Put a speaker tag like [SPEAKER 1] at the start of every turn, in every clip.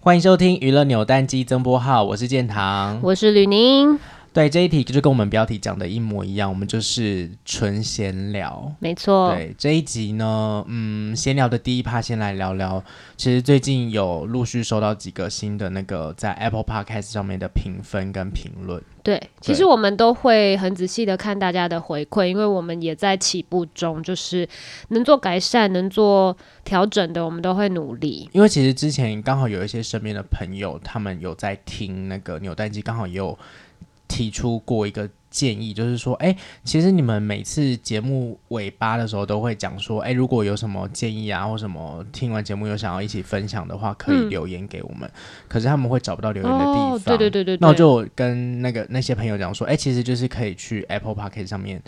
[SPEAKER 1] 欢迎收听娱乐扭蛋机增播号，我是建堂。
[SPEAKER 2] 我是吕宁，
[SPEAKER 1] 对这一题就是跟我们标题讲的一模一样，我们就是纯闲聊。
[SPEAKER 2] 没错，
[SPEAKER 1] 对这一集呢，嗯，闲聊的第一趴，先来聊聊。其实最近有陆续收到几个新的那个在 Apple Podcast 上面的评分跟评论。
[SPEAKER 2] 对，其实我们都会很仔细的看大家的回馈，因为我们也在起步中，就是能做改善、能做调整的，我们都会努力。
[SPEAKER 1] 因为其实之前刚好有一些身边的朋友，他们有在听那个扭蛋机，刚好也有提出过一个建议，就是说，哎、其实你们每次节目尾巴的时候都会讲说，哎、如果有什么建议啊，或什么听完节目有想要一起分享的话，可以
[SPEAKER 2] 嗯哦
[SPEAKER 1] 留言给我们。可是他们会找不到留言的地方，
[SPEAKER 2] 对对对对
[SPEAKER 1] 那我
[SPEAKER 2] 对，
[SPEAKER 1] 就跟那个那些朋友讲说，哎、其实就是可以去 Apple p o c k e t 上面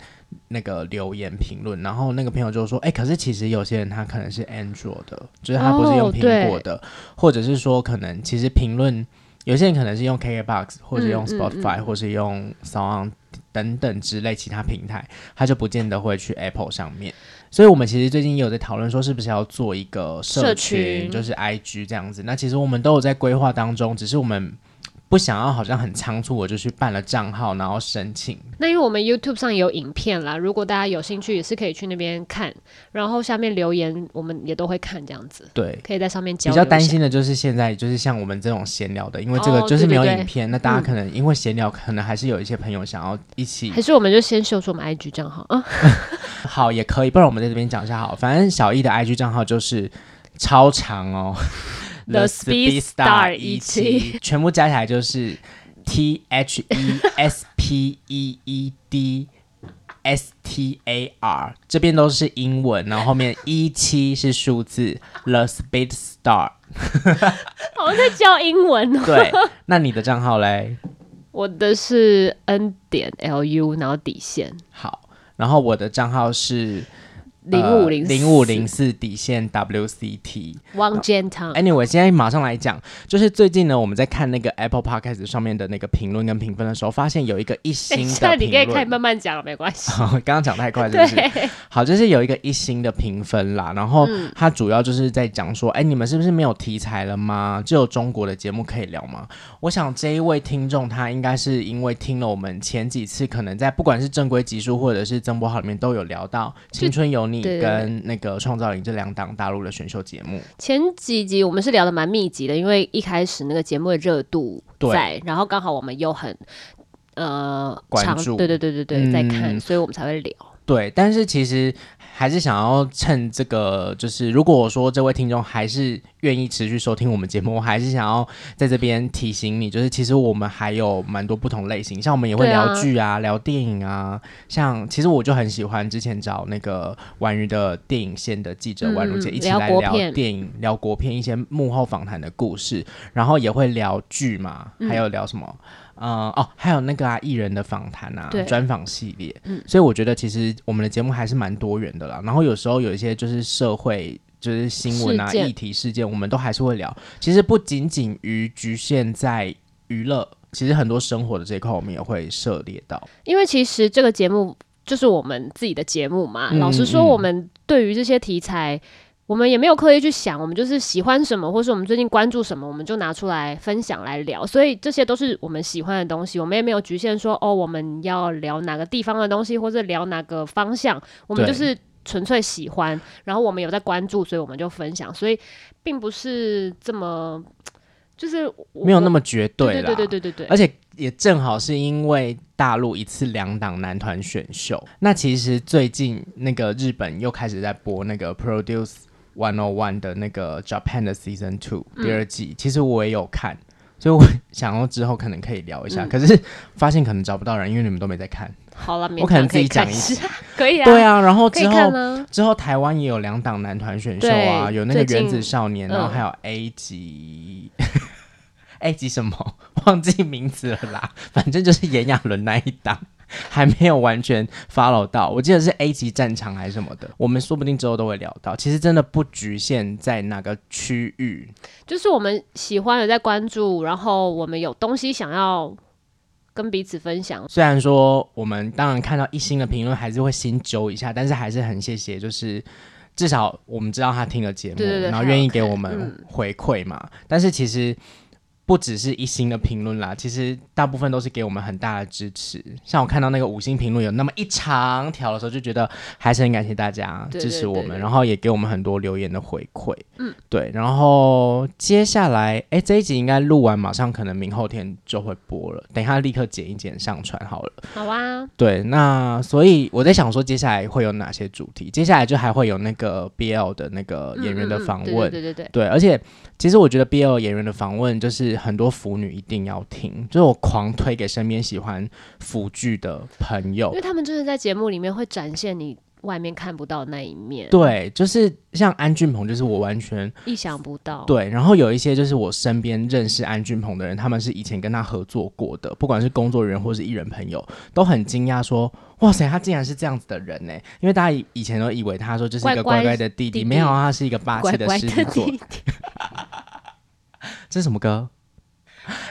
[SPEAKER 1] 那个留言评论，然后那个朋友就说，哎、可是其实有些人他可能是 Android 的，就是他不是用
[SPEAKER 2] 哦
[SPEAKER 1] 苹果的，或者是说可能其实评论有些人可能是用 KKBox 或者用
[SPEAKER 2] 嗯嗯
[SPEAKER 1] Spotify、或是用 Sound 等等之类其他平台，他就不见得会去 Apple 上面。所以我们其实最近也有在讨论说，是不是要做一个社
[SPEAKER 2] 社
[SPEAKER 1] 群，
[SPEAKER 2] 群
[SPEAKER 1] 就是 IG 这样子。那其实我们都有在规划当中，只是我们不想要好像很仓促，我就去办了账号，然后申请。
[SPEAKER 2] 那因为我们 YouTube 上也有影片啦，如果大家有兴趣，也是可以去那边看，然后下面留言我们也都会看，这样子
[SPEAKER 1] 对，
[SPEAKER 2] 可以在上面交
[SPEAKER 1] 比
[SPEAKER 2] 流一下。
[SPEAKER 1] 较担心的就是现在就是像我们这种闲聊的，因为这个
[SPEAKER 2] 哦
[SPEAKER 1] 就是没有
[SPEAKER 2] 对对嗯对
[SPEAKER 1] 影片，那大家可能因为闲聊，可能还是有一些朋友想要一起
[SPEAKER 2] 还是我们就先秀出我们 IG 账号 啊，
[SPEAKER 1] 好也可以，不然我们在这边讲一下好。反正小易的 IG 账号就是超长哦
[SPEAKER 2] The
[SPEAKER 1] Speed
[SPEAKER 2] Speed
[SPEAKER 1] Star
[SPEAKER 2] Star E
[SPEAKER 1] 17全部加起来就是 T H E S P E E D。S T A R 这边都是英文，然后后面一七是数字，The Speed Star。哦
[SPEAKER 2] 我在教英文哦。
[SPEAKER 1] 对，那你的账号嘞？
[SPEAKER 2] 我的是 N 点 LU，然后底线
[SPEAKER 1] 好，然后我的账号是呃
[SPEAKER 2] 零五零
[SPEAKER 1] 零五零四底线 WCT。
[SPEAKER 2] 汪建堂。
[SPEAKER 1] Anyway，现在马上来讲，就是最近呢，我们在看那个 Apple Podcast 上面的那个评论跟评分的时候，发现有一个一
[SPEAKER 2] 等
[SPEAKER 1] 星
[SPEAKER 2] 一下，
[SPEAKER 1] 的
[SPEAKER 2] 哎你可以
[SPEAKER 1] 评
[SPEAKER 2] 可以
[SPEAKER 1] 论。
[SPEAKER 2] 慢慢讲了，没关 系。
[SPEAKER 1] 好，刚刚讲太快，是不是？
[SPEAKER 2] 对，嗯
[SPEAKER 1] 好，就是有一个一星的评分啦，然后它主要就是在讲说，哎、你们是不是没有题材了吗？只有中国的节目可以聊吗？我想这一位听众他应该是因为听了我们前几次，可能在不管是正规集数或者是增播号里面都有聊到《青春有你
[SPEAKER 2] 对》对对
[SPEAKER 1] 跟那个《创造营》这两档大陆的选秀节目。
[SPEAKER 2] 前几集我们是聊的蛮密集的，因为一开始那个节目的热度
[SPEAKER 1] 对
[SPEAKER 2] 在，然后刚好我们又很呃
[SPEAKER 1] 关
[SPEAKER 2] 长
[SPEAKER 1] 注
[SPEAKER 2] 对对对对对，在看，
[SPEAKER 1] 嗯
[SPEAKER 2] 所以我们才会聊。
[SPEAKER 1] 对，但是其实还是想要趁这个，就是如果我说这位听众还是愿意持续收听我们节目，我还是想要在这边提醒你，就是其实我们还有蛮多不同类型，像我们也会
[SPEAKER 2] 对啊
[SPEAKER 1] 聊剧啊、聊电影啊，像其实我就很喜欢之前找那个婉瑜的电影线的记者
[SPEAKER 2] 嗯
[SPEAKER 1] 婉如姐
[SPEAKER 2] 嗯
[SPEAKER 1] 一起
[SPEAKER 2] 聊
[SPEAKER 1] 来
[SPEAKER 2] 国
[SPEAKER 1] 聊
[SPEAKER 2] 片
[SPEAKER 1] 电影、聊国片一些幕后访谈的故事，然后也会聊剧嘛，
[SPEAKER 2] 嗯
[SPEAKER 1] 还有聊什么？呃，哦，还有那个啊，艺人的访谈啊
[SPEAKER 2] 对，
[SPEAKER 1] 专访系列，所以我觉得其实我们的节目还是蛮多元的啦。然后有时候有一些就是社会。就是新闻啊、
[SPEAKER 2] 事件
[SPEAKER 1] 议题事件，我们都还是会聊。其实不仅仅于局限在娱乐，其实很多生活的这一块我们也会涉猎到。
[SPEAKER 2] 因为其实这个节目就是我们自己的节目嘛。
[SPEAKER 1] 嗯
[SPEAKER 2] 老实说，
[SPEAKER 1] 嗯
[SPEAKER 2] 我们对于这些题材，我们也没有刻意去想，我们就是喜欢什么，或是我们最近关注什么，我们就拿出来分享来聊。所以这些都是我们喜欢的东西，我们也没有局限说哦，我们要聊哪个地方的东西，或者聊哪个方向，我们
[SPEAKER 1] 对
[SPEAKER 2] 就是。纯粹喜欢，然后我们有在关注，所以我们就分享，所以并不是这么，就是我
[SPEAKER 1] 没有那么绝
[SPEAKER 2] 对
[SPEAKER 1] 啦。
[SPEAKER 2] 对对对对对，
[SPEAKER 1] 而且也正好是因为大陆一次两档男团选秀，那其实最近那个日本又开始在播那个 Produce One O One 的那个 Japan 的 Season Two
[SPEAKER 2] 嗯
[SPEAKER 1] 第二季，其实我也有看。所以我想要之后可能可以聊一下，
[SPEAKER 2] 嗯
[SPEAKER 1] 可是发现可能找不到人，因为你们都没在看。
[SPEAKER 2] 好了，
[SPEAKER 1] 我
[SPEAKER 2] 勉
[SPEAKER 1] 可能
[SPEAKER 2] 强
[SPEAKER 1] 自己
[SPEAKER 2] 以看
[SPEAKER 1] 讲一
[SPEAKER 2] 下
[SPEAKER 1] 集
[SPEAKER 2] 可以啊，
[SPEAKER 1] 对啊，然后
[SPEAKER 2] 可以
[SPEAKER 1] 之
[SPEAKER 2] 看
[SPEAKER 1] 后
[SPEAKER 2] 啊，
[SPEAKER 1] 之后台湾也有两档男团选秀啊，
[SPEAKER 2] 对
[SPEAKER 1] 有那个
[SPEAKER 2] 最近
[SPEAKER 1] 原子少年，
[SPEAKER 2] 嗯
[SPEAKER 1] 然后还有 A 级、a 级什么 忘记名字了啦，反正就是炎亚纶那一档。还没有完全 follow 到，我记得是 A 级战场还是什么的，我们说不定之后都会聊到。其实真的不局限在哪个区域，
[SPEAKER 2] 就是我们喜欢有在关注，然后我们有东西想要跟彼此分享。
[SPEAKER 1] 虽然说我们当然看到一星的评论还是会心揪一下，但是还是很谢谢，就是至少我们知道他听了节目，
[SPEAKER 2] 对对对
[SPEAKER 1] 然后
[SPEAKER 2] 他有
[SPEAKER 1] 愿意给
[SPEAKER 2] 看
[SPEAKER 1] 我们
[SPEAKER 2] 嗯
[SPEAKER 1] 回馈嘛。但是其实不只是一星的评论啦，其实大部分都是给我们很大的支持。像我看到那个五星评论有那么一长条的时候，就觉得还是很感谢大家
[SPEAKER 2] 对
[SPEAKER 1] 支
[SPEAKER 2] 对
[SPEAKER 1] 持
[SPEAKER 2] 对
[SPEAKER 1] 我们，
[SPEAKER 2] 对
[SPEAKER 1] 然后也给我们很多留言的回馈。嗯，对。然后接下来，哎，这一集应该录完，马上可能明后天就会播了。等一下立刻剪一剪上传好了。
[SPEAKER 2] 好啊，
[SPEAKER 1] 对，那所以我在想说，接下来会有哪些主题？接下来就还会有那个 BL 的那个演员的
[SPEAKER 2] 嗯嗯嗯
[SPEAKER 1] 访
[SPEAKER 2] 对
[SPEAKER 1] 问，
[SPEAKER 2] 对对对对，
[SPEAKER 1] 对，而且其实我觉得 BL 演员的访问就是很多腐女一定要听，就是我狂推给身边喜欢腐剧的朋友
[SPEAKER 2] 哦因为。他们真的在节目里面会展现你外面看不到那一面，
[SPEAKER 1] 对，就是像安俊鹏，就是我完全
[SPEAKER 2] 意想不到，
[SPEAKER 1] 对，然后有一些就是我身边认识安俊鹏的人，他们是以前跟他合作过的，不管是工作人员或是艺人朋友，都很惊讶说：“哇塞，他竟然是这样子的人呢！”因为大家以以前都以为他说就是一个
[SPEAKER 2] 乖乖
[SPEAKER 1] 乖乖的弟弟，
[SPEAKER 2] 弟弟
[SPEAKER 1] 没有啊，他是一个霸气
[SPEAKER 2] 乖
[SPEAKER 1] 的
[SPEAKER 2] 乖
[SPEAKER 1] 狮
[SPEAKER 2] 的
[SPEAKER 1] 子座。
[SPEAKER 2] 弟弟，
[SPEAKER 1] 这是什么歌？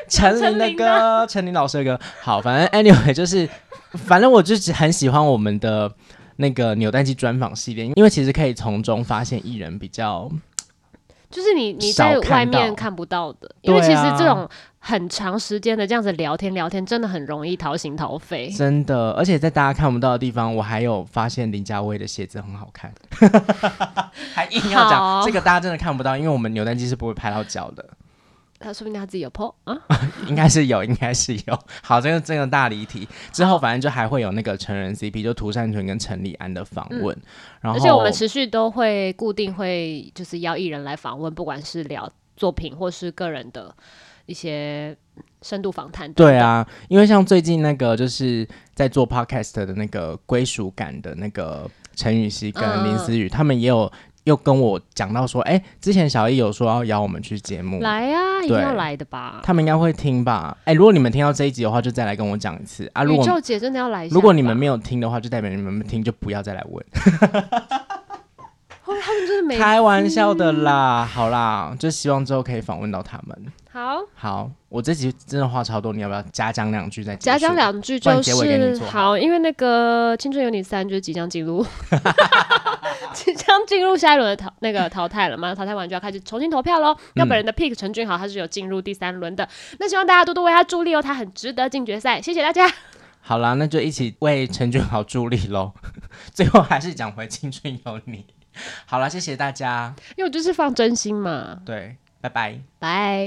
[SPEAKER 1] 陈琳的
[SPEAKER 2] 陈琳啊的
[SPEAKER 1] 歌，陈琳老师的歌。好，反正 anyway 就是，反正我就是很喜欢我们的那个扭蛋机专访系列，因为其实可以从中发现艺人比较
[SPEAKER 2] 就是你你
[SPEAKER 1] 少
[SPEAKER 2] 在
[SPEAKER 1] 看
[SPEAKER 2] 外面
[SPEAKER 1] 到
[SPEAKER 2] 看不到的，
[SPEAKER 1] 对
[SPEAKER 2] 因为其实
[SPEAKER 1] 啊
[SPEAKER 2] 这种很长时间的这样子聊天聊天，真的很容易掏心掏肺。
[SPEAKER 1] 真的，而且在大家看不到的地方，我还有发现林佳薇的鞋子很好 看，还硬要讲
[SPEAKER 2] 好
[SPEAKER 1] 这个大家真的看不到，因为我们扭蛋机是不会拍到脚的，
[SPEAKER 2] 他说不定他自己有 PO 啊，
[SPEAKER 1] 应该是有，应该是有。好，这个这个大离题之后，反正就还会有那个成人 CP，就涂善存跟陈立安的访问，然后
[SPEAKER 2] 嗯而且我们持续都会固定会就是邀艺人来访问，不管是聊作品或是个人的一些深度访谈。
[SPEAKER 1] 对，啊，因为像最近那个就是在做 podcast 的那个归属感的那个陈雨希
[SPEAKER 2] 嗯
[SPEAKER 1] 跟林思雨，他们也有又跟我讲到说，哎、之前小易有说要邀我们去节目，
[SPEAKER 2] 来呀、啊，一定
[SPEAKER 1] 对
[SPEAKER 2] 要来的吧。
[SPEAKER 1] 他们应该会听吧？哎、如果你们听到这一集的话，就再来跟我讲一次啊。如
[SPEAKER 2] 宇宙
[SPEAKER 1] 果
[SPEAKER 2] 姐真的要来一下吧，
[SPEAKER 1] 如果你们没有听的话，就代表你们没听，就不要再来问。
[SPEAKER 2] 哦，他们真的 没
[SPEAKER 1] 开玩笑的啦，好啦，就希望之后可以访问到他们。
[SPEAKER 2] 好。
[SPEAKER 1] 好，我这集真的话超多，你要不要嘉奖两句再结束
[SPEAKER 2] 假讲？两句
[SPEAKER 1] 不然
[SPEAKER 2] 就
[SPEAKER 1] 结尾给你
[SPEAKER 2] 是
[SPEAKER 1] 做好
[SPEAKER 2] 好，因为那个《青春有你三》就是即将进入， 即将进入下一轮的淘那个淘汰了嘛，淘汰完就要开始重新投票喽。那本人的 pick 陈俊豪他是有进入第三轮的，那希望大家多多为他助力哦，他很值得进决赛，谢谢大家。
[SPEAKER 1] 好啦，那就一起为陈俊豪助力喽。 最后还是讲回《青春有你》。好啦，谢谢大家，
[SPEAKER 2] 因为我就是放真心嘛，
[SPEAKER 1] 对，拜拜。
[SPEAKER 2] 拜。